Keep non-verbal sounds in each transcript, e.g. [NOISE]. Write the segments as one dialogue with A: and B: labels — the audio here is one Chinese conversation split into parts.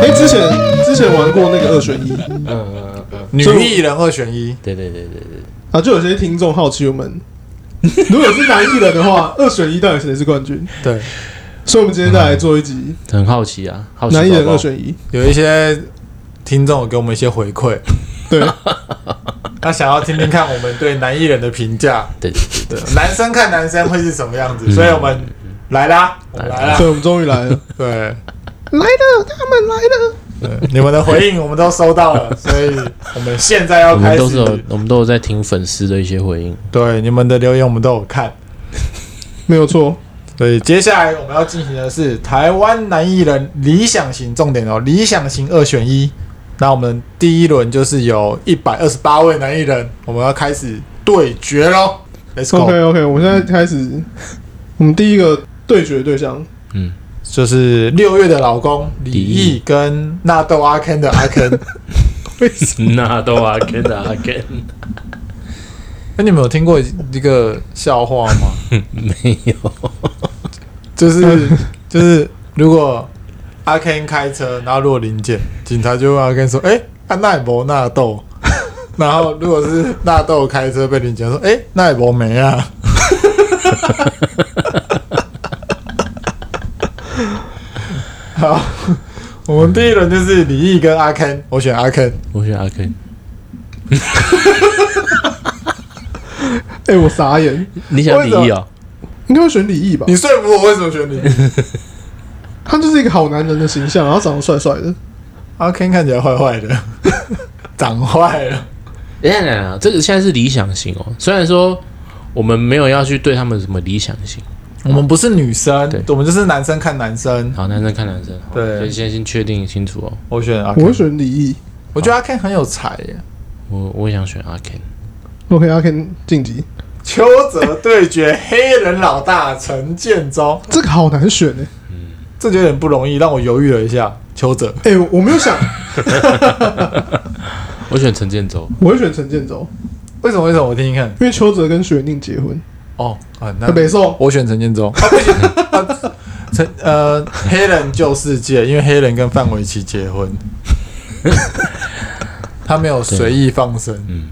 A: 哎、之前之前玩过那个二选一
B: 女艺人二选一，
C: 对对对对对，
A: 啊，就有些听众好奇我们，如果是男艺人的话，二选一到底谁是冠军？
B: 对，
A: 所以我们今天再来做一集
C: 很好奇啊，好奇
A: 男艺人
C: 宝宝
A: 二选一。
B: 有一些听众给我们一些回 [LAUGHS] 馈，
A: 对，
B: 他想要听听看我们对男艺人的评价，
C: 对对对
B: 对，男生看男生会是什么样子，所以我们来啦，我们来啦
A: 所以，我们终于来了，
B: 对。
A: 来了，他们来了。
B: 对你们的回应我们都收到了，所以我们现在要
C: 我们
B: 开
C: 都是有
B: 始。，
C: 我们都有在听粉丝的一些回应。
B: 对你们的留言我们都有看，
A: 没有
C: [LAUGHS]
A: 错，
B: 所以接下来我们要进行的是台湾男艺人理想型，重点哦，理想型二选一。那我们第一轮就是有一百二十八位男艺人，我们要开始对决喽，Let's go！、
A: OK OK，我们现在开始，我们第一个对决对象，
C: 嗯，
B: 就是六月的老公李毅跟纳豆阿 Ken 的阿 Ken。
C: [LAUGHS] 那都阿 Ken 的阿 Ken，
B: 那你们有听过一个笑话吗？
C: [LAUGHS] 没有，
B: 就是就是，如果阿 Ken 开车，然后如果临检，警察就问阿 Ken 说：“哎、阿奈博纳豆。” [LAUGHS] 然后如果是纳豆开车被临检说：“哎、奈博没啊 [LAUGHS] 好，我们第一轮就是李毅跟阿 Ken，我选阿 Ken。
C: 我选阿 Ken。
A: 哎、我傻眼，
C: [LAUGHS] 你想李毅哦？
A: 应该会选李毅吧
B: 你？说服我为什么选你？
A: 他就是一个好男人的形象，然后长得帅帅的，
B: 阿 Ken 看起来坏坏的， [LAUGHS] 长坏了。
C: 等一下等一下，这个现在是理想型哦。虽然说我们没有要去对他们什么理想型，
B: 我们不是女生
C: 对，
B: 我们就是男生看男生。
C: 好，男生看男生，好
B: 对
C: 所以先先确定清楚哦。
B: 我选阿 Ken，
A: 我会选李毅。
B: 我觉得阿 Ken 很有才耶。
C: 我我也想选阿 Ken，
A: OK，阿 Ken 晋级，
B: 邱泽对决黑人老大陈建州，
A: 这个好难选哎、
B: [LAUGHS] 这就有点不容易，让我犹豫了一下。邱泽，
A: 哎、我我没有想，
C: 我选陈建州。
A: 我会选陈建州，
B: 为什么？为什么？我听听看。
A: 因为邱泽跟许宁结婚，
B: 哦，啊，那
A: 他北宋
B: 我选陈建州。啊，不行，啊陈呃，黑人救世界，因为黑人跟范玮琪结婚，他没有随意放生。嗯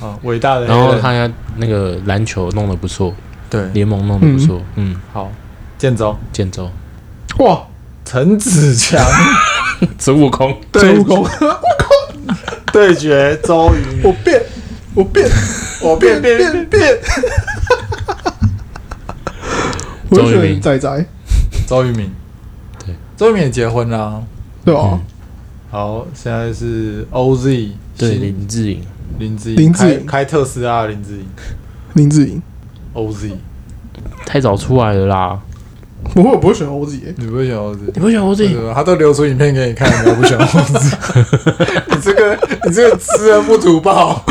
C: 嗯，
B: 啊，伟大的黑
C: 然
B: 人。
C: 后他家那个篮球弄得不错，
B: 对，
C: 联盟弄得不错，嗯，
B: 好，建州，
C: 建州，
A: 哇，
B: 陈子强
C: 孙悟空，
A: 孙悟空，
B: [LAUGHS] 对决周
A: [LAUGHS]
B: 瑜。
A: 我变，我变，
B: 我变变变变，
A: 我会
C: 周渝
A: 选
C: 民
A: 仔仔，
B: 周渝民，
C: 对，
B: 周渝民也结婚啦、
A: 对吧？
B: 好，现在是 OZ
C: 对，
B: 新
C: 林志颖，
B: 林志颖，
A: 林志
B: 开
A: 颖
B: 开特斯拉的林志颖
A: 林志颖，
B: OZ，
C: 太早出来了啦！
A: 不会，我不会选 OZ，、欸、
B: 你不会选 OZ？
C: 你不选我自
B: 为什么他都流出影片给你看，你都不 [LAUGHS] 选 OZ？你这个你这个知恩不图报。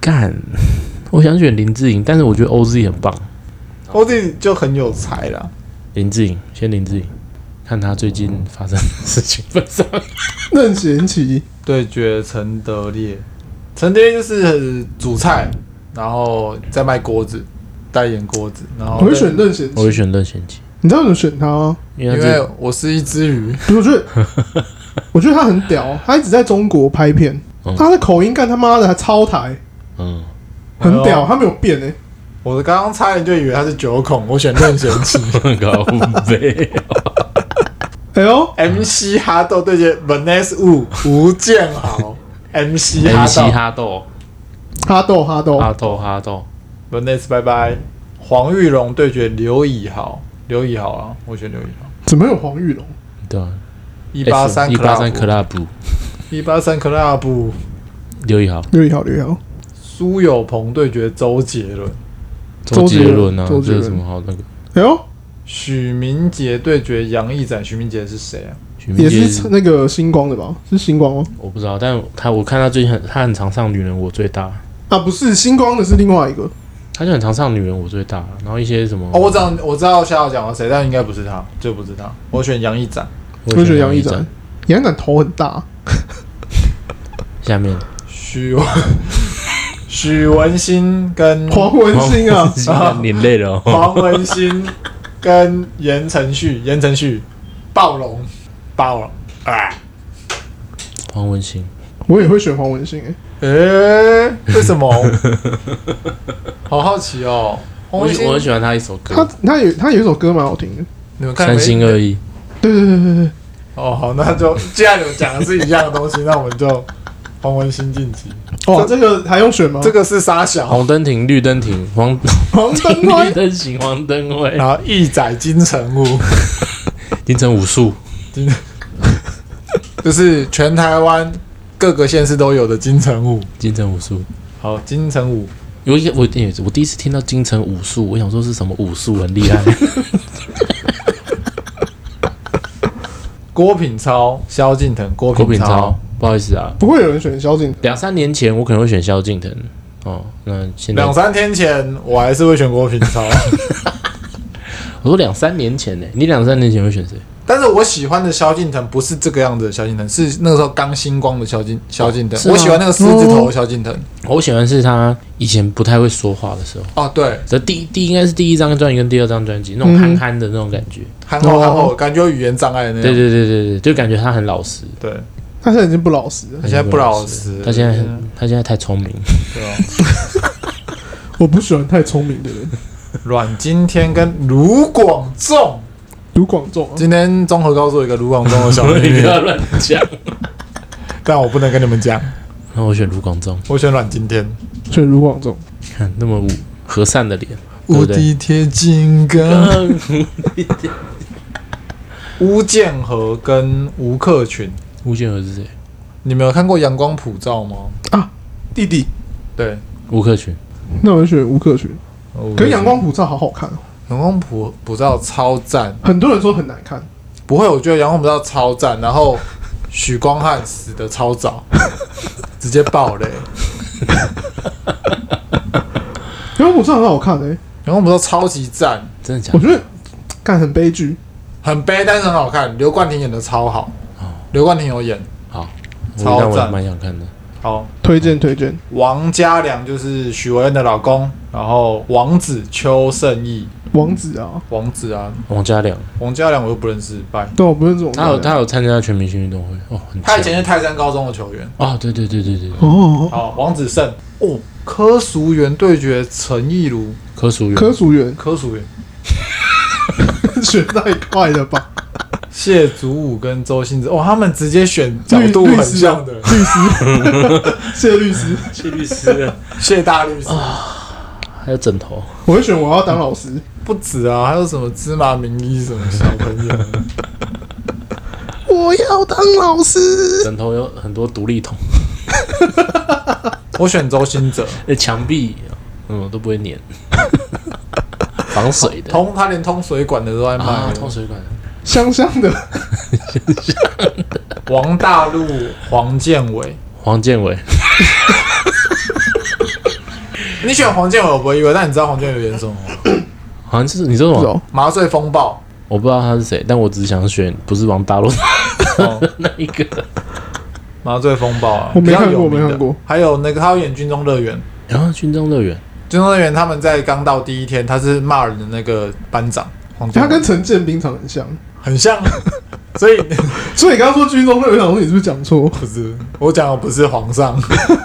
C: 干？ [LAUGHS] 我想选林志颖，但是我觉得 OZ 很棒。
B: OZ 就很有才啦，
C: 林志颖，先林志颖，看他最近发生的事情 [LAUGHS] 分上。
A: 任贤齐，
B: 对决陈德烈，陈德烈就是煮菜，然后再卖锅子，代言锅子，然后
A: 我会选任贤
C: 我
A: 齐
C: 会，选任贤齐，
A: 你知道为什么选他吗？
C: 因为
B: 因
C: 他
B: 为
C: 是
B: 我是一只鱼。
A: 不是，我觉得，我觉得他很屌，啊他一直在中国拍片，
C: 嗯
A: 他的口音干他妈的还超台，
C: 嗯，
A: 很
B: 哎呦
A: 屌，他没有变哎、
B: 我刚刚差点就以为他是九孔，我选任贤
C: [LAUGHS]
B: 齐。
C: 高飞，
A: 哎呦，
B: MC 哈豆对决 Vanessa Wu 吴建豪
C: [LAUGHS]
B: ，MC 哈
C: MC
B: 豆
C: 哈豆，
A: 哈豆哈豆，
C: 哈豆哈豆，
B: Vanessa 拜拜，黄玉龙对决刘以豪，刘以豪啊，我选刘以豪。
A: 怎么有黄玉龙？
C: 对啊，
B: 一八三
C: 哎一八三
B: club，
C: club，
B: 一八三 club，
C: 刘以豪，
A: 刘宇豪，刘宇豪，
B: 苏有朋对决周杰伦，
A: 周杰
C: 杰
A: 伦
C: 伦啊，
A: 周杰
C: 这
A: 伦
C: 有什么好那个？
A: 哎呦，
B: 许明杰对决杨毅仔，许明杰是谁啊？
C: 许明
A: 也
C: 杰
A: 是那个星光的吧？是星光吗？
C: 我不知道，但他我看他最近很他很常上《女人我最大》，
A: 啊，不是，星光的是另外一个，
C: 他就很常上《女人我最大》，然后一些什么
B: 哦，我知道我知道夏要讲了谁，但应该不是他，就不是他。我选杨毅仔，
C: 我
A: 我
C: 选
A: 选杨
C: 一
A: 一展，杨一展头很大，
C: 下面
B: 许 [LAUGHS] 文许文新跟
A: 嗯黄文兴啊，
C: 你累了哦。
B: 黄文新跟言承旭，言承旭暴龙暴龙，哎、
C: 黄文兴，
A: 我也会选黄文兴欸诶、
B: 诶，为什 [LAUGHS] 么？好好奇哦。黄
C: 我
B: 文
C: 喜
B: 新
C: 我很喜欢他一首
A: 他
C: 歌，
A: 他有他有一首歌蛮好听的，
B: 你们
C: 《
B: 看没
C: 三心二意》。
A: 对对对对对，
B: 哦，好，那就既然你们讲的是一样的东西，那我们就黄文新晋级。
A: 哇，哦这个还用选吗？
B: 这个是沙小，
C: 红灯停，绿灯停， [LAUGHS] 黄
A: 黄灯
C: 绿
A: 辉， [LAUGHS]
C: 灯行，黄灯会
B: 然，后义载金城武，
C: 凌晨武术。
B: [LAUGHS] 就是全台湾各个县市都有的金城武。
C: 金城武术。
B: 好，金城武，
C: 有一个我也我第一次听到金城武术，我想说是什么武术很 [LAUGHS] 厉害。
B: 郭品超、萧敬腾、郭
C: 郭品
B: 超
C: 超，，不好意思啊，
A: 不会有人选萧敬腾，
C: 两三年前我可能会选萧敬腾哦，那现在
B: 两三天前我还是会选郭品超，
C: 我说两三年前呢、你两三年前会选谁？
B: 但是我喜欢的萧敬腾不是这个样子的萧敬腾，是那个时候刚星光的萧敬萧敬腾
C: 是。吗
B: 我喜欢那个狮子头的萧敬腾。
C: 我喜欢是他以前不太会说话的时候，
B: 哦，对，
C: 这第第应该是第一张专辑跟第二张专辑那
A: 嗯
C: 种憨憨的那种感觉，
B: 憨厚
A: 哦
B: 憨厚，感觉有语言障碍的那
C: 对啊
B: 样。
C: 对对对对，就感觉他很老实。
B: 对，
A: 他现在已经不老实了，
B: 他现在不老实，啊
C: 他现在他现在太 [LAUGHS] 聪明，
B: 对哦
A: 我不喜欢太聪明的人。
B: 阮经天跟卢广仲，
A: 卢广仲、啊，
B: 今天综合告诉我一个卢广仲的小秘
C: 你 [LAUGHS]
B: 密
C: 不，要乱讲。
B: 但我不能跟你们讲，
C: 那我选卢广仲，
B: 我选阮经天。
A: 选卢广仲，
C: 看那么和善的脸，对
B: 无
C: 不对
B: 敌铁金刚，
C: 嗯
B: 吴建和跟吴克群，
C: [LAUGHS] 吴建和是谁？
B: 你们有看过《阳光普照》吗？
A: 弟弟，
B: 对，
C: 吴克群。
A: 那我选吴克群。可是《
B: 是
A: 阳光普照》好好看、哦，
B: 阳光普普照超赞，
A: 很多人说很难看，
B: 不会，我觉得阳光普照超赞。然后许光汉死的超早， [LAUGHS] 直接爆雷。
A: 《阳光普照》很好看诶、
B: 阳光普照超级赞，
C: 真的假
A: 我
C: 的？
A: 觉得干很悲剧。
B: 很悲，但是很好看。刘冠廷演的超好，刘冠廷有演。
C: 好，我
B: 超
C: 那我
B: 赞
C: 蛮想看的。
B: 好，
A: 推荐推荐，
B: 王家良就是许维恩的老公，然后王子邱胜义，
A: 王子啊，
B: 王子啊，
C: 王嘉良，
B: 王家良我又不认识，拜。
A: 对，我不认识这种人啊
C: 他有他有参加全明星运动会哦，很
B: 他以前
C: 强
B: 是泰山高中的球员。
C: 哦，对对对对对，
A: 哦哦，哦
B: 好，王子胜哦，柯淑媛对决陈亦儒，
C: 柯淑媛，
A: 柯淑媛 [LAUGHS]
B: 柯淑媛、
A: 选太快了吧？
B: 谢祖武跟周星驰，哦，他们直接选角度
A: 律
B: 很
A: 律师
B: 像的。
A: 律师，谢律 [LAUGHS] 师，
C: 谢律师，
B: 谢大律师
C: 还有枕头，
A: 我会选我要当老师。
B: 不止啊，还有什么芝麻名医什么小朋 [LAUGHS] 友，
A: 我要当老师，
C: 枕头有很多独立桶，
B: 我选周星哲，
C: 那墙壁嗯都不会粘，防水的
B: 通他连通水管的都在卖。
C: 啊，通水管，
A: 香香的，
B: 王大陆、黄建伟，
C: 黄建伟，
B: 你选黄建伟我不会意外，但你知道黄建伟演什么吗？
C: 好像就是你说什么？
A: 哦，
B: 麻醉风暴。
C: 我不知道他是谁，但我只想选不是王大陆
B: 哦
C: [LAUGHS] 那一个
B: 麻醉风暴啊，
A: 我没
B: 比较
A: 看过
B: 有
A: 我没
B: 名
A: 看
B: 的
A: 过
B: 还有那个他有演《军中乐园》，《
C: 然后军中乐园，
B: 军中乐园》他们在刚到第一天，他是骂人的那个班长黄建
A: 他
B: 伟
A: 跟陈建斌长很像，[LAUGHS]
B: 很像，所以？
A: 所以你刚刚说军中乐园，我想说你是不是讲错
B: 不是我讲的不是皇上，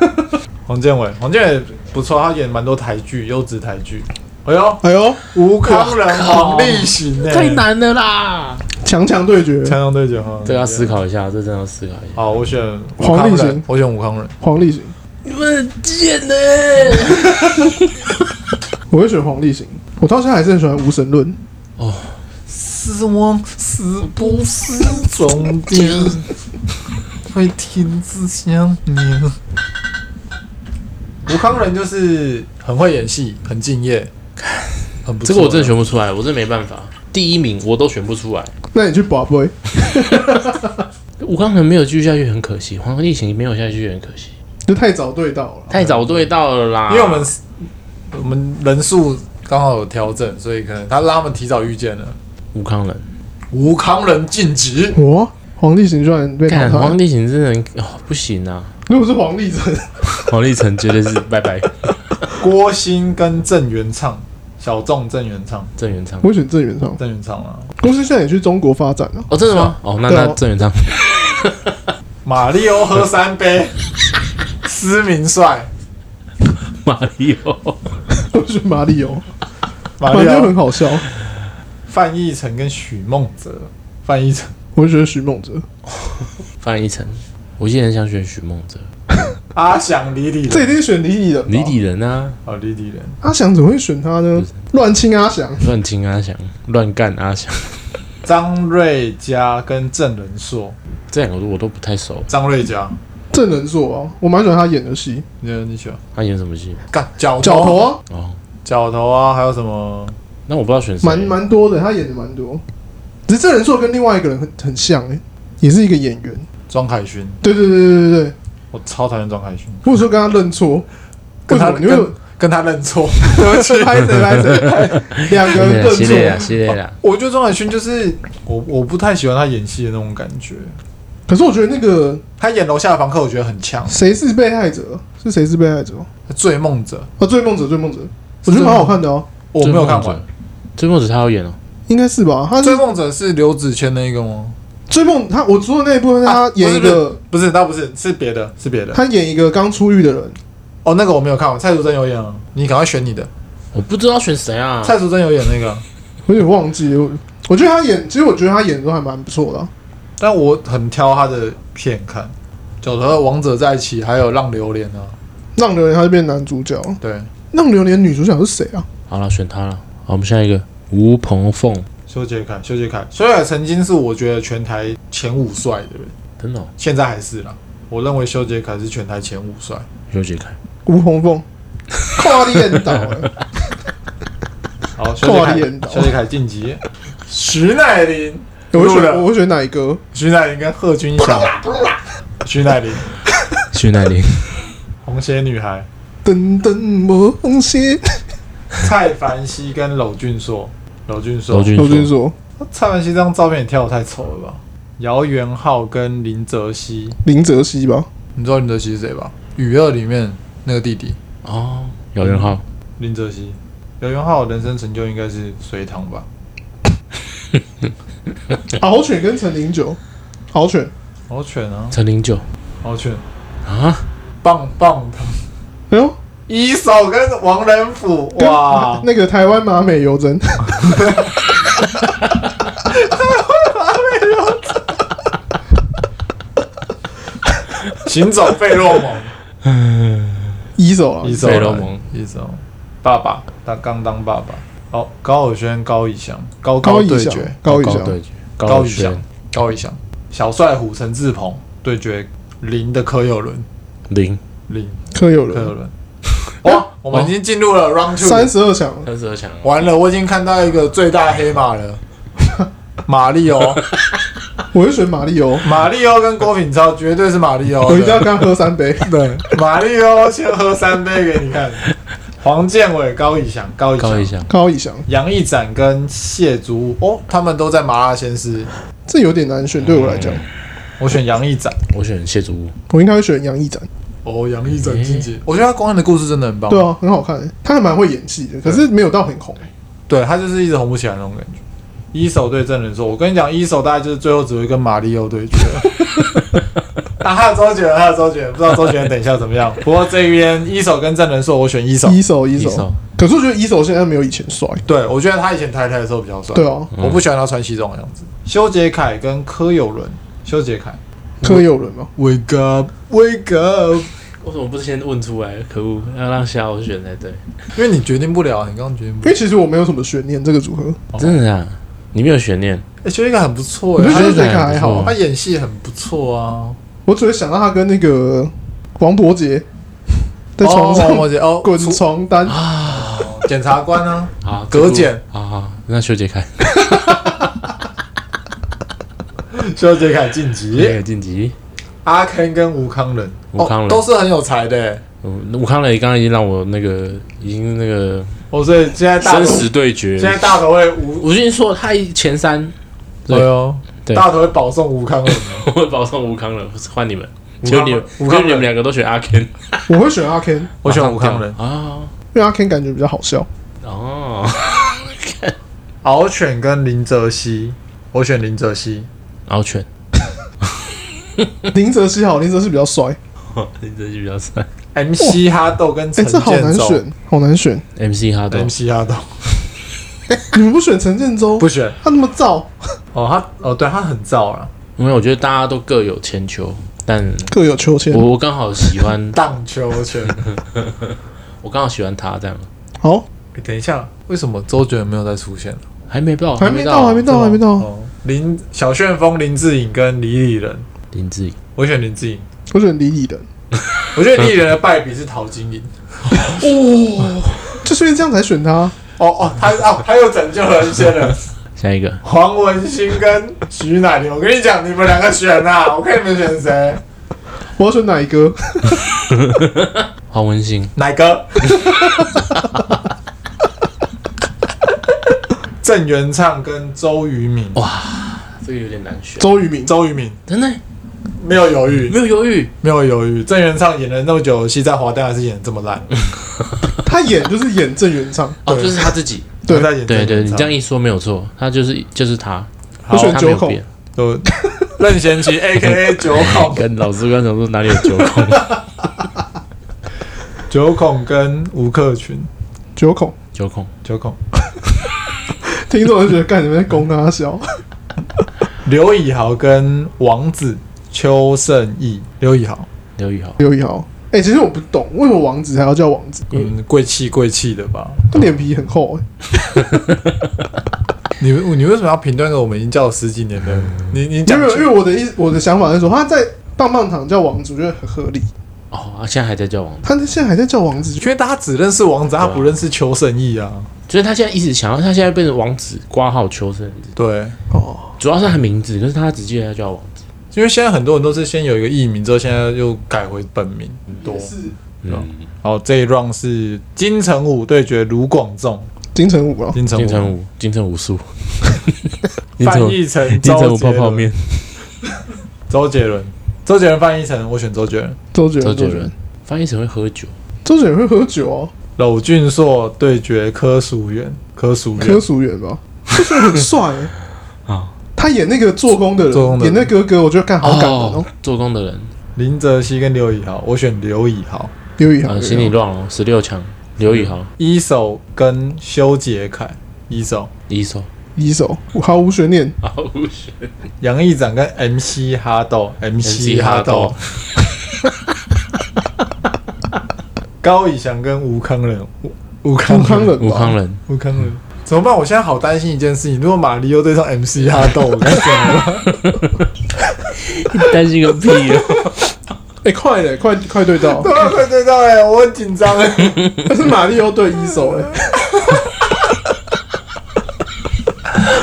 B: [LAUGHS] 黄建伟，黄建伟不错，他演蛮多台剧，优质台剧。哎呦，
A: 哎呦，
B: 吴康仁、黄立行呢？
C: 太难了啦，
A: 强强对决，
B: 强强对决哈，
C: 这个要思考一下，这真的要思考一下。
B: 好，我选吴
A: 黄立
B: 康
A: 行
B: 仁，我选吴康仁。
A: 黄立行，
C: 你们很贱呢、
A: 我会选黄立行。我到现在还是很喜欢无神论，
B: 死亡是不是终点？会停止想念。吴康仁就是很会演戏，很敬业，很不错
C: 这个我真的选不出来，我真没办法。第一名我都选不出来，
A: 那你去拔杯，
C: 吴康仁没有继续下去很可惜，黄立行没有下去很可惜，
A: 就太早对到了。
C: 太早对到了啦。
B: 因为我们我们人数刚好有调整，所以可能他让他们提早遇见了。
C: 吴康仁，
B: 吴康仁晋级，
A: 我黄立行居然被淘
C: 看
A: 汰
C: 黄，立行真的很哦不行啊，
A: 如果是黄立成，
C: 黄立成绝对是 [LAUGHS] 拜拜
B: 郭鑫跟郑元畅，小众郑元畅，
C: 郑元畅。
A: 我选郑元畅。
B: 郑元畅啊，
A: 公司现在也去中国发展了、
C: 哦，真的吗？哦，那
A: 对啊
C: 那郑元畅，
B: 马里奥喝三 [LAUGHS] 杯，施明帅，
C: [LAUGHS] 马里奥，
A: 我选马里奥，
B: 马
A: 马
B: 里
A: 里奥很
B: 奥，
A: 好笑。
B: 范逸臣跟许梦哲，范逸臣，
A: 我选许梦哲，
C: 范逸臣。我现在很想选许梦哲，
B: 阿翔、李李仁，
A: 这一定选李李的。
C: 李李仁啊，
B: 哦，李李仁，
A: 阿翔怎么会选他呢
C: 不是？
A: 乱亲阿翔，
C: 乱听阿翔，乱干阿翔，
B: 张瑞佳跟郑仁硕，
C: 这两个我都不太熟。
B: 张瑞佳，
A: 郑仁硕啊，我蛮喜欢他演的戏，
B: 你觉得你喜欢？
C: 他演什么戏？
B: 干角
A: 角头
B: 头，
A: 啊，
C: 哦，
B: 角头啊，还有什么？
C: 那我不知道选谁。
A: 蛮蛮多的，他演的蛮多。只是郑仁硕跟另外一个人很很像哎、也是一个演员。
B: 庄凯勋，
A: 对对对对对对，
B: 我超讨厌庄凯勋，
A: 或者说跟他认错，
B: 跟他
A: 为什么你会
B: 跟跟他认错。
A: [LAUGHS] 对不起，拍谁拍谁，两个人认
C: 系列啊，
A: 错。
C: 系列啊，
B: 我觉得庄凯勋就是我，我不太喜欢他演戏的那种感觉。
A: 可是我觉得那个
B: 他演楼下的房客，我觉得很强。
A: 谁是被害者？啊是谁是被害者？
B: 追梦者，
A: 哦，追梦者，追梦者，我觉得蛮好看的哦、
B: 我没有看
C: 追梦
B: 完
C: 者。。追梦者他要演哦，
A: 应该是吧？他
B: 追
A: 是
B: 梦者是刘子谦那一个吗？
A: 追梦，他我说的那一部分，他
B: 啊
A: 演一个、
B: 不是，他不是，是别的，是别的。
A: 他演一个刚出狱的人，
B: 哦，那个我没有看完。蔡淑珍有演啊，你赶快选你的。
C: 我不知道选谁啊。
B: 蔡淑珍有演那个，
A: 我有点忘记了。我我觉得他演，其实我觉得他演的都还蛮不错的啊、
B: 但我很挑他的片看，《九头的王者在一起》，还有《浪流连》啊。
A: 让榴莲他就变男主角，啊
B: 对，
A: 让榴莲女主角是谁啊？
C: 好了，选他了。好，我们下一个吴鹏凤，
B: 修杰楷，修杰楷，修杰楷曾经是我觉得全台前五帅的人，
C: 真的、哦，
B: 现在还是啦。我认为修杰楷是全台前五帅。
C: 修杰楷。
A: 吴红凤， [LAUGHS] 跨练岛、欸， [LAUGHS]
B: [LAUGHS] 好，修杰
A: 跨
B: 楷
A: 年，岛
B: 修杰楷晋级。徐乃麟，
A: 我会
B: 入了
A: 选我会选哪一个？
B: 徐乃麟跟贺军翔，徐乃麟，
C: 徐乃麟，
B: 红鞋女孩，
A: 噔噔我红鞋，
B: 蔡凡熙跟娄俊硕，娄俊硕，
C: 周俊
A: 我跟你
C: 硕，
A: 说，
B: 蔡凡熙这张照片也跳的太丑了吧？姚元浩跟林哲熙，
A: 林哲熙吧，
B: 你知道林哲熙是谁吧？《雨二》里面那个弟弟
C: 哦，姚元浩，
B: 林哲熙。姚元浩的人生成就应该是隋唐吧？
A: 敖犬跟陈零九，敖犬，
B: 敖犬啊，
C: 陈零九
B: 敖犬，
C: 啊，
B: 棒棒的。
A: 哎呦，
B: 一手跟王仁甫，
A: 跟
B: [LAUGHS] 哇，
A: 那个台湾马美尤珍，
B: 行走费洛蒙。
A: [LAUGHS] 一手啊
B: [LAUGHS] 一，手
C: 费洛蒙，
B: 一手，爸爸，他刚当爸爸。好，高尔轩、高以翔、高
A: 高以
B: 对
A: 翔
B: 决，，
A: 高以
C: 高
A: 翔，
C: 对决，
B: 高
C: 宇
B: 以翔
C: 轩，、
B: 高以翔，小帅虎、陈志鹏对决林的柯有伦，
C: 零
B: 林
A: 柯有
B: 柯有
A: 伦，
B: 伦。哇，哦我们已经进入了 round two，
A: 哦三十二强，
C: 三十二强哦，
B: 完了，我已经看到一个最大黑马了，马里奥，
A: 我会选马里欧，
B: 马里奥跟郭品超哦绝对是马里奥
A: 我一定要
B: [LAUGHS] 的。
A: 跟他喝三杯。
B: 对，马里奥先喝三杯给你看。黄建伟、高以翔、高以
C: 高
B: 翔
C: 以。翔，
A: 高以翔，
B: 杨一展跟谢祖武哦，他们都在麻辣鲜师，
A: 这有点难选，对我来讲，
B: 我选杨一展。
C: 我选谢祖武，
A: 我应该会选杨一展。
B: 哦，杨一展晋级，我觉得他光汉的故事真的很棒。
A: 对啊，很好看，他还蛮会演戏的，可是没有到很红。
B: 对他就是一直红不起来那种感觉。一手对证人说，我跟你讲，一手大概就是最后只会跟马里奥对决。 [LAUGHS] 啊，还有周杰伦，还有周杰伦，不知道周杰伦等一下怎么样。不过这边一手跟证人说，我选一手。
A: 一手一
C: 一
A: 手
C: 手，
A: 可是我觉得一手现在没有以前帅。
B: 对，我觉得他以前抬台的时候比较帅。
A: 对啊，
B: 我不喜欢他穿西装的样子。修杰楷跟柯有伦，修杰楷
A: 柯啊有伦嘛，
B: ，Wake up，Wake up。
C: 为什么不先问出来？可恶，要让夏侯选才对。
B: 因为你决定不了，你刚刚决定不
A: 因
B: 了
A: 为。其实我没有什么悬念这个组合，
B: 哦
C: 真的啊，你没有悬念，
B: 哎、修杰楷很不错
A: 我
B: 哎、
A: 觉得
B: 他
A: 修杰楷还好啊
C: 他
B: 他，演戏很不错啊。
A: 我只会想到他跟那个王伯杰在床
B: 哦，
A: 上
B: 王伯杰哦，
A: 滚
B: 出
A: 床单，
B: 哦检察官啊，
C: 好，
B: 葛简
C: 这个我，好好，那修杰楷，
B: 修杰楷晋级
C: 那个晋级。
B: 阿 Ken 跟吴康仁，
C: 吴康仁
B: 哦、都是很有才的、欸。
C: 嗯吴康磊刚刚已经让我那个，已经那个
B: 哦，所以现在大头
C: 生死对决。
B: 现在大头会吴，
C: [LAUGHS] 我已经说他一前三，对
B: 哦，
C: 对
B: 大头会保送吴康仁哦。
C: 我会保送吴康了，换你们。就你们，
B: 吴
C: 就
B: 康
C: 你们
B: 仁，
C: 两个都选阿 Ken，
A: 我会选阿 Ken，因
B: 我选吴康仁，
C: 啊，
A: 为阿 Ken 感觉比较好笑。
C: 哦，
B: 敖犬跟林哲熙，我选林哲熙。
C: 敖犬，
B: 嗯
A: 林哲熙好，林哲熙比较帅。
C: 林哲熙比较帅
B: MC 哈豆跟
A: 哎、
B: 陈
A: 这好
B: 建
A: 难
B: 州
A: 选，好难选。
C: ，MC 哈登，
B: ，MC 哈豆
A: 你们不选陈建州？
B: 不选
A: 他那么燥，
B: 哦，他哦，对他很燥了，
C: 因为我觉得大家都各有千秋，但
A: 各有秋千
C: 我。我刚好喜欢，
B: 荡秋千。 [LAUGHS]
C: 我刚好喜欢他这样，
A: 好，
B: 哎等一下，为什么周杰伦没有再出现？
C: 还没到，
A: 还没到，还没
C: 到，
A: 到，还没到。
B: 哦，林小旋风、林志颖跟李李仁，
C: 林志颖，
B: 我选林志颖。
A: 我选李李的，
B: 我觉得李李仁的败笔是陶晶莹。
A: 就是因为这样才选他。
B: 哦哦，他哦，他又拯救了一些 [LAUGHS] 人，
C: 下一个
B: 黄文兴跟徐乃麟。我跟你讲，你们两个选啊，我看你们选谁？
A: 我要选哪一个？
C: 黄文兴，
B: 奶 [LAUGHS] 哥。郑元畅跟周渝民，
C: 哦
B: 哇，
C: 这个有点难选，
A: 周渝民。
B: 周渝民
C: 真的
B: 没有犹豫，
C: 没有犹豫，
B: 没有犹豫。郑元畅演了那么久的戏，在华灯还是演得这么烂，
A: 他演就是演郑元畅，
C: 哦，
B: 对
C: 就是他自己，
A: 对
B: 他在演郑
C: 对
B: 元
C: 对，你
B: 畅
C: 这样一说没有错，他就是就是他，
B: 好
A: 我选
C: 他没
A: 九
C: 有
A: 孔
C: 变，
B: 都任贤齐 A K A 九孔，
C: 跟老师刚讲说哪里有九孔， [LAUGHS]
B: 九孔跟吴克群，
A: 九孔。
C: 九孔，
B: 九孔
A: 听众就觉得干什么在攻他笑， [LAUGHS]
B: 刘以豪跟王子邱胜翊，刘以豪，
C: 刘宇豪，
A: 刘以豪。哎、其实我不懂为什么王子还要叫王子，
B: 嗯，贵气贵气的吧？
A: 他脸皮很厚、欸。
B: 你你为什么要评断一个我们已经叫了十几年的人？你你
A: 因
B: 讲
A: 为因
B: 出
A: 为我的意思，我的想法是说，他在棒棒糖叫王子，我觉得很合理。
C: 哦，啊现在还在叫王，
A: 他现在还在叫王子，
B: 因为大家只认识王子，他不认识邱胜翊啊。
C: 所以他现在一直想要，他现在变成王子挂号求生，
B: 对，
A: 哦，
C: 主要是他名字，可是他只记得他叫王子，
B: 因为现在很多人都是先有一个艺名，之后现在又改回本名。多。
A: 是
C: 嗯，
B: 好，这一 round 是金城武对决卢广仲，
A: 金城武啊了。
B: 金城武
C: 金城武，金城武术， [LAUGHS] 金城
B: 翻
C: 武，
B: 译成
C: 金城
B: 周
C: 武
B: 杰
C: 泡泡
B: 伦
C: 面，，
B: 周杰伦，周杰伦翻译成我选周杰伦。
A: 周杰
C: 周
A: 伦，
C: 杰伦，翻译成会喝酒，
A: 周杰伦会喝酒哦、
B: 娄俊硕对决柯淑媛，柯淑
A: 柯
B: 媛，
A: 淑媛吧，柯淑媛很帅、欸。
C: 啊
A: 他演那个做工的人，
B: 做工的
A: 演
B: 人
A: 那哥哥，我觉得干好感人哦、，
C: 做工的人，
B: 林哲熙跟刘以豪，我选刘以豪。
A: 刘以豪，
C: 啊，
A: 刘以豪
C: 心里乱了，十六强，刘宇豪，
B: 一手跟修杰楷，一手，
C: 一手，
A: 一手毫无悬念，
C: 啊，无选
B: 杨义长跟 MC 哈豆，MC 哈豆，， [LAUGHS] 高以翔跟吴康仁，吴 [LAUGHS] 吴
A: 武
B: 康
A: 康
B: 仁，
A: 人
C: 吴康
A: 吧，
C: [LAUGHS] 人，
B: 吴康仁。怎么办？我现在好担心一件事情，如果马里又对上 MC 哈豆，我该怎 [LAUGHS] 么办？
C: 担心个屁哦，
A: 哎、快了，快快对到，
B: 对啊，快对到哎，我很紧张哎。
A: 但是马里奥对一手哎、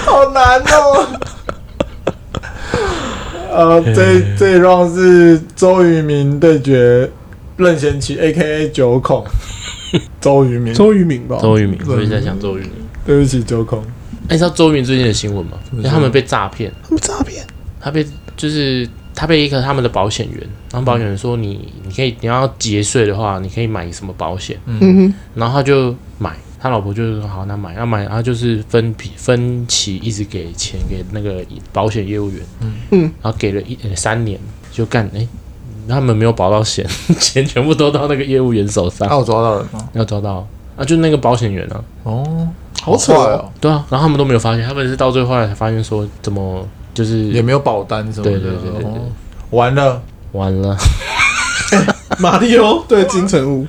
B: 好难哦。 [LAUGHS] 呃，这这一 round 是周渝民对决任贤齐 （A K A 九 [LAUGHS] 孔）。周渝民，
A: 周渝民吧，
C: 周渝民，我一直在想周渝民，
B: 对不起，九孔。
C: 哎，你知道周渝民最近的新闻吗？因为他们被诈骗，
A: 他们诈骗，
C: 他被就是他被一个他们的保险员，然后保险员说你你可以你要节税的话，你可以买什么保险，
A: 嗯哼，
C: 然后他就买，他老婆就说好，那买，要买，然后就是分批分期一直给钱给那个保险业务员，嗯
A: 嗯，
C: 然后给了一、呃三年，就干哎、他们没有保到险， [LAUGHS] 钱全部都到那个业务员手上，
B: 有抓到人吗？
C: 要抓到啊，就那个保险员啊，
B: 哦，
A: 好扯哦、！
C: 对啊，然后他们都没有发现，他们是到最后来才发现说怎么就是
B: 也没有保单什么的。
C: 对对对对对
B: 哦完了，
C: 完了，
A: 马里奥对金城武，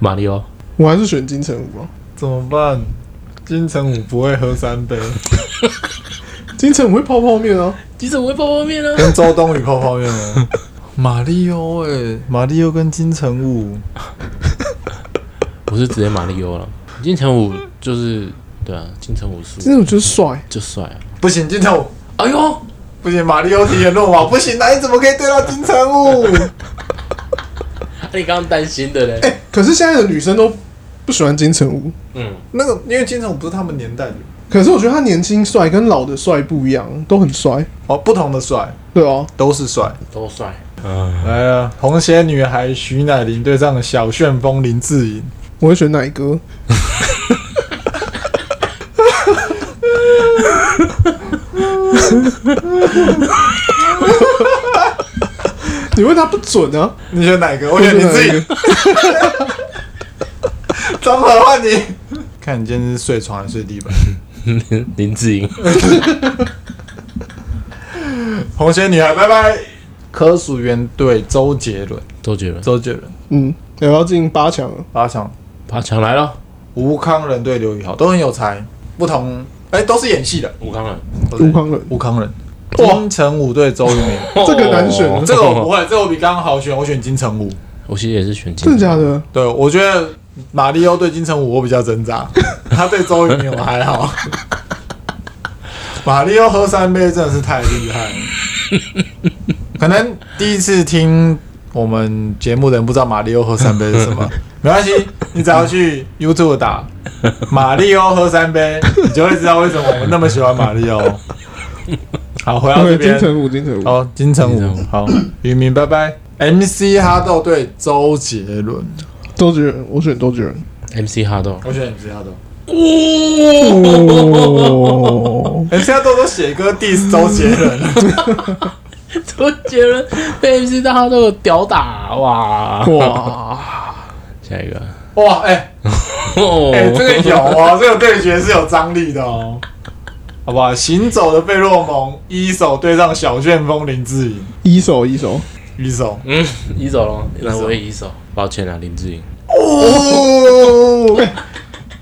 C: 马里奥。
A: 我还是选金城武啊，
B: 怎么办？金城武不会喝三杯，
A: 金城武会泡泡面啊，
C: 你怎么会泡泡面呢？
B: [LAUGHS] 跟周冬雨泡泡面吗？ [LAUGHS] 马里欧哎，马里欧跟金城武，
C: 我是直接马里欧了。金城武就是对啊，金城武
A: 金
C: 术
A: 城武就是帅，
C: 就帅啊。
B: 不行，金城武
C: 哎呦，
B: 不行，马里欧提前落马，不行，那你怎么可以对到金城武？ [LAUGHS]
C: 你刚刚担心的嘞？
A: 哎、可是现在的女生都不喜欢金城武，
C: 嗯，
B: 那个，因为金城武不是他们年代的，
A: 可是我觉得他年轻帅跟老的帅不一样，都很帅。
B: 哦，不同的帅
A: 对哦、
B: 都是帅。
C: 都帅。
B: 来了，红鞋女孩徐乃麟对上小旋风林志颖，
A: 我会选奶哥。你问他不准啊？
B: 哎你选哪个？我选林志颖。张合换你，看你今天是睡床还是睡地 [LAUGHS] 板？
C: 林志颖，
B: 红鞋女孩，拜拜。柯淑媛对周杰伦，
C: 周杰伦，
B: 周杰伦
A: 嗯，也要进八强了。
B: 八强。
C: 八强啊来了，
B: 吴康仁对刘宇豪都很有才，不同哎、都是演戏的。
C: 吴康仁，
B: 都是
A: 吴康仁，
B: 吴康仁，金城武对周渝民，
A: 这个难选
C: 哦
B: [LAUGHS] 这个我不会，这个我比刚刚好选，我选金城武。
C: 我其实也是选金
A: 真的假的？
B: 对，我觉得马里奥对金城武我比较挣扎，他对周渝民我还好。马里奥喝三杯真的是太厉害了，可能第一次听我们节目的人不知道马里奥喝三杯是什么，没关系，你只要去 YouTube 打马里奥喝三杯，你就会知道为什么我们那么喜欢马里奥。好，回到这
A: 对，金
B: 边，
A: 城武，金城武。
C: 哦
B: 好，金城
C: 金
B: 武
C: 城，
B: 好， [COUGHS] 渔民，拜拜。MC 哈豆对周杰伦，
A: 周杰伦，我选周杰伦。
C: MC 哈豆，
B: 我选 MC 哈豆
A: 哦，
B: ，MC 哈豆都写歌 diss 周杰伦，
C: [LAUGHS]
B: [LAUGHS]
C: 周杰伦被 MC 哈豆屌打
A: [LAUGHS]
C: 哇！
A: 哇，
C: 下一个，
B: 哇，哎
C: 哦
B: 哎，这个有哦，这个对决是有张力的哦，好不好？行走的贝洛蒙，一手对上小旋风林志颖，
A: 一手一手，
B: 一手，
C: 嗯，一手了，那我也一手，抱歉啊，林志颖，
A: 哦，哎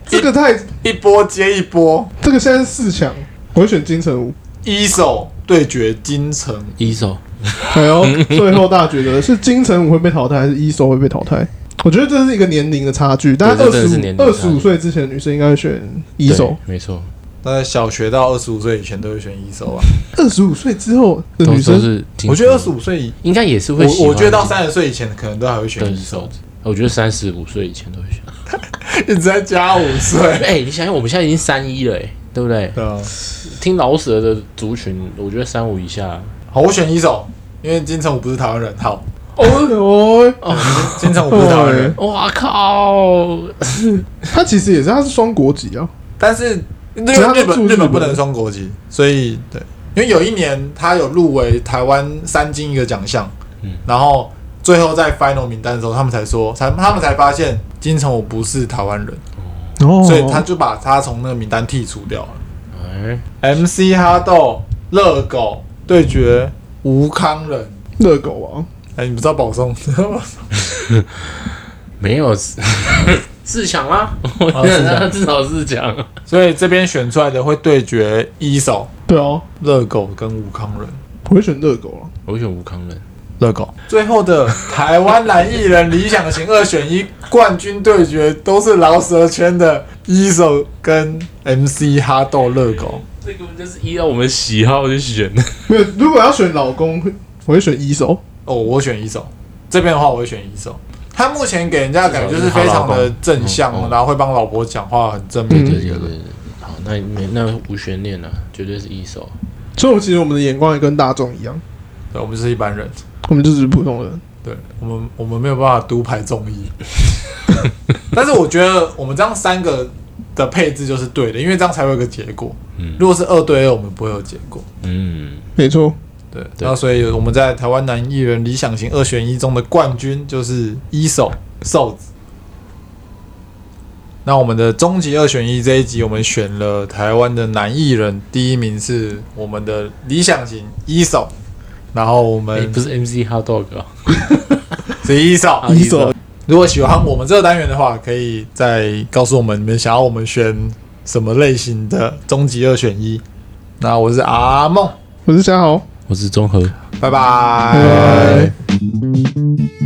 A: 这个太，
B: [LAUGHS] 一波接一波，
A: 这个现在是四强，我会选金城武。
B: 一手对决金城，
C: 一手，
A: 哎呦，最后大家觉得是金城武会被淘汰，还是一手会被淘汰？我觉得这是一个年龄的差距，但
C: 对
A: 二
C: 这真的是
A: 十
C: 年
A: 五
C: 龄的
A: 二
C: 差
A: 十
C: 距
A: 五岁之前的女生应该会选一
C: 对
A: 手，
C: 没错，
B: 那小学到二十五岁以前都会选一手啊，
A: 二十五岁之后的
C: 都
A: 女
C: 都
A: 生，
C: 是挺，
B: 我觉得二十五岁以，
C: 应该也是会喜欢
B: 我我觉得到三十岁以前可能都还会选
C: 对
B: 一手。
C: 我觉得三十五岁以前都会选。
B: 一直在加五岁。
C: [LAUGHS] 哎、你想想，我们现在已经三一了、哎，对不 [LAUGHS] 对？
B: 对啊，
C: 听老舍的族群，我觉得三五以下，
B: 好，我选一手，因为金城武不是台湾人。好，
A: 哦，
B: 金城武不是台湾人，
C: 哇靠！
A: 她其实也是，她是双国籍啊，
B: 但是日
A: 只要他
B: 日
A: 住
B: 本
A: 日本
B: 日本不能双国籍，所以对，因为有一年他有入围台湾三金一个奖项，
C: 嗯
B: 然后最后在 final 名单的时候，他们才说，才他们才发现金城武不是台湾人，
A: 哦
B: 所以他就把他从那个名单剔除掉了。
C: 哎，
B: MC 哈豆热狗对决吴康仁，
A: 热狗啊，
B: 哎、你不知道保送？
C: 没 [LAUGHS] 有四强啊，我 [LAUGHS]
B: 哦四
C: 觉
B: 强
C: 得至少四强。
B: 所以这边选出来的会对决一手
A: 对啊，
B: 热狗跟吴康仁。
A: 我会选热狗啊，
C: 我选吴康仁，
B: 热狗最后的台湾男艺人理想型二选一冠军对决，都是饶舌圈的一手跟 MC 哈豆热狗。
C: 这根本就是依照我们喜好去选。
A: 没有，如果要选老公，会我会选一手，
B: 哦，我选一手，这边的话我会选一手。他目前给人家的感觉就是非常的正
C: 嗯
B: 向，
C: 嗯
B: 然后会帮老婆讲话，很正
C: 对
B: 面的
C: 对
B: 一
C: 对
B: 个
C: 对
B: 人。
C: 对，好，那没那无悬念了、绝对是一手。
A: 所以我其实我们的眼光也跟大众一样，
B: 对，我们就是一般人，
A: 我们就是普通人，
B: 对我们我们没有办法独排众议。 [LAUGHS] 但是我觉得我们这样三个的配置就是对的，因为这样才会有个结果。
C: 嗯
B: 如果是二对二，我们不会有结果。
C: 嗯，
A: 没错，
B: 对，
C: 对
B: 然后所以我们在台湾男艺人理想型二选一中的冠军就是一手瘦子。那我们的终极二选一这一集，我们选了台湾的男艺人，第一名是我们的理想型一手，然后我
C: 哎、
B: 们
C: 不是 MC Hot Dog，、哦、
B: 是一手。
C: 啊一手
A: 手
B: 如果喜欢我们这个单元的话，可以再告诉我们你们想要我们选什么类型的终极二选一。那我是阿梦，
A: 我是嘉豪。
C: 我是综合。
B: 拜
A: 拜
B: 拜。
A: 拜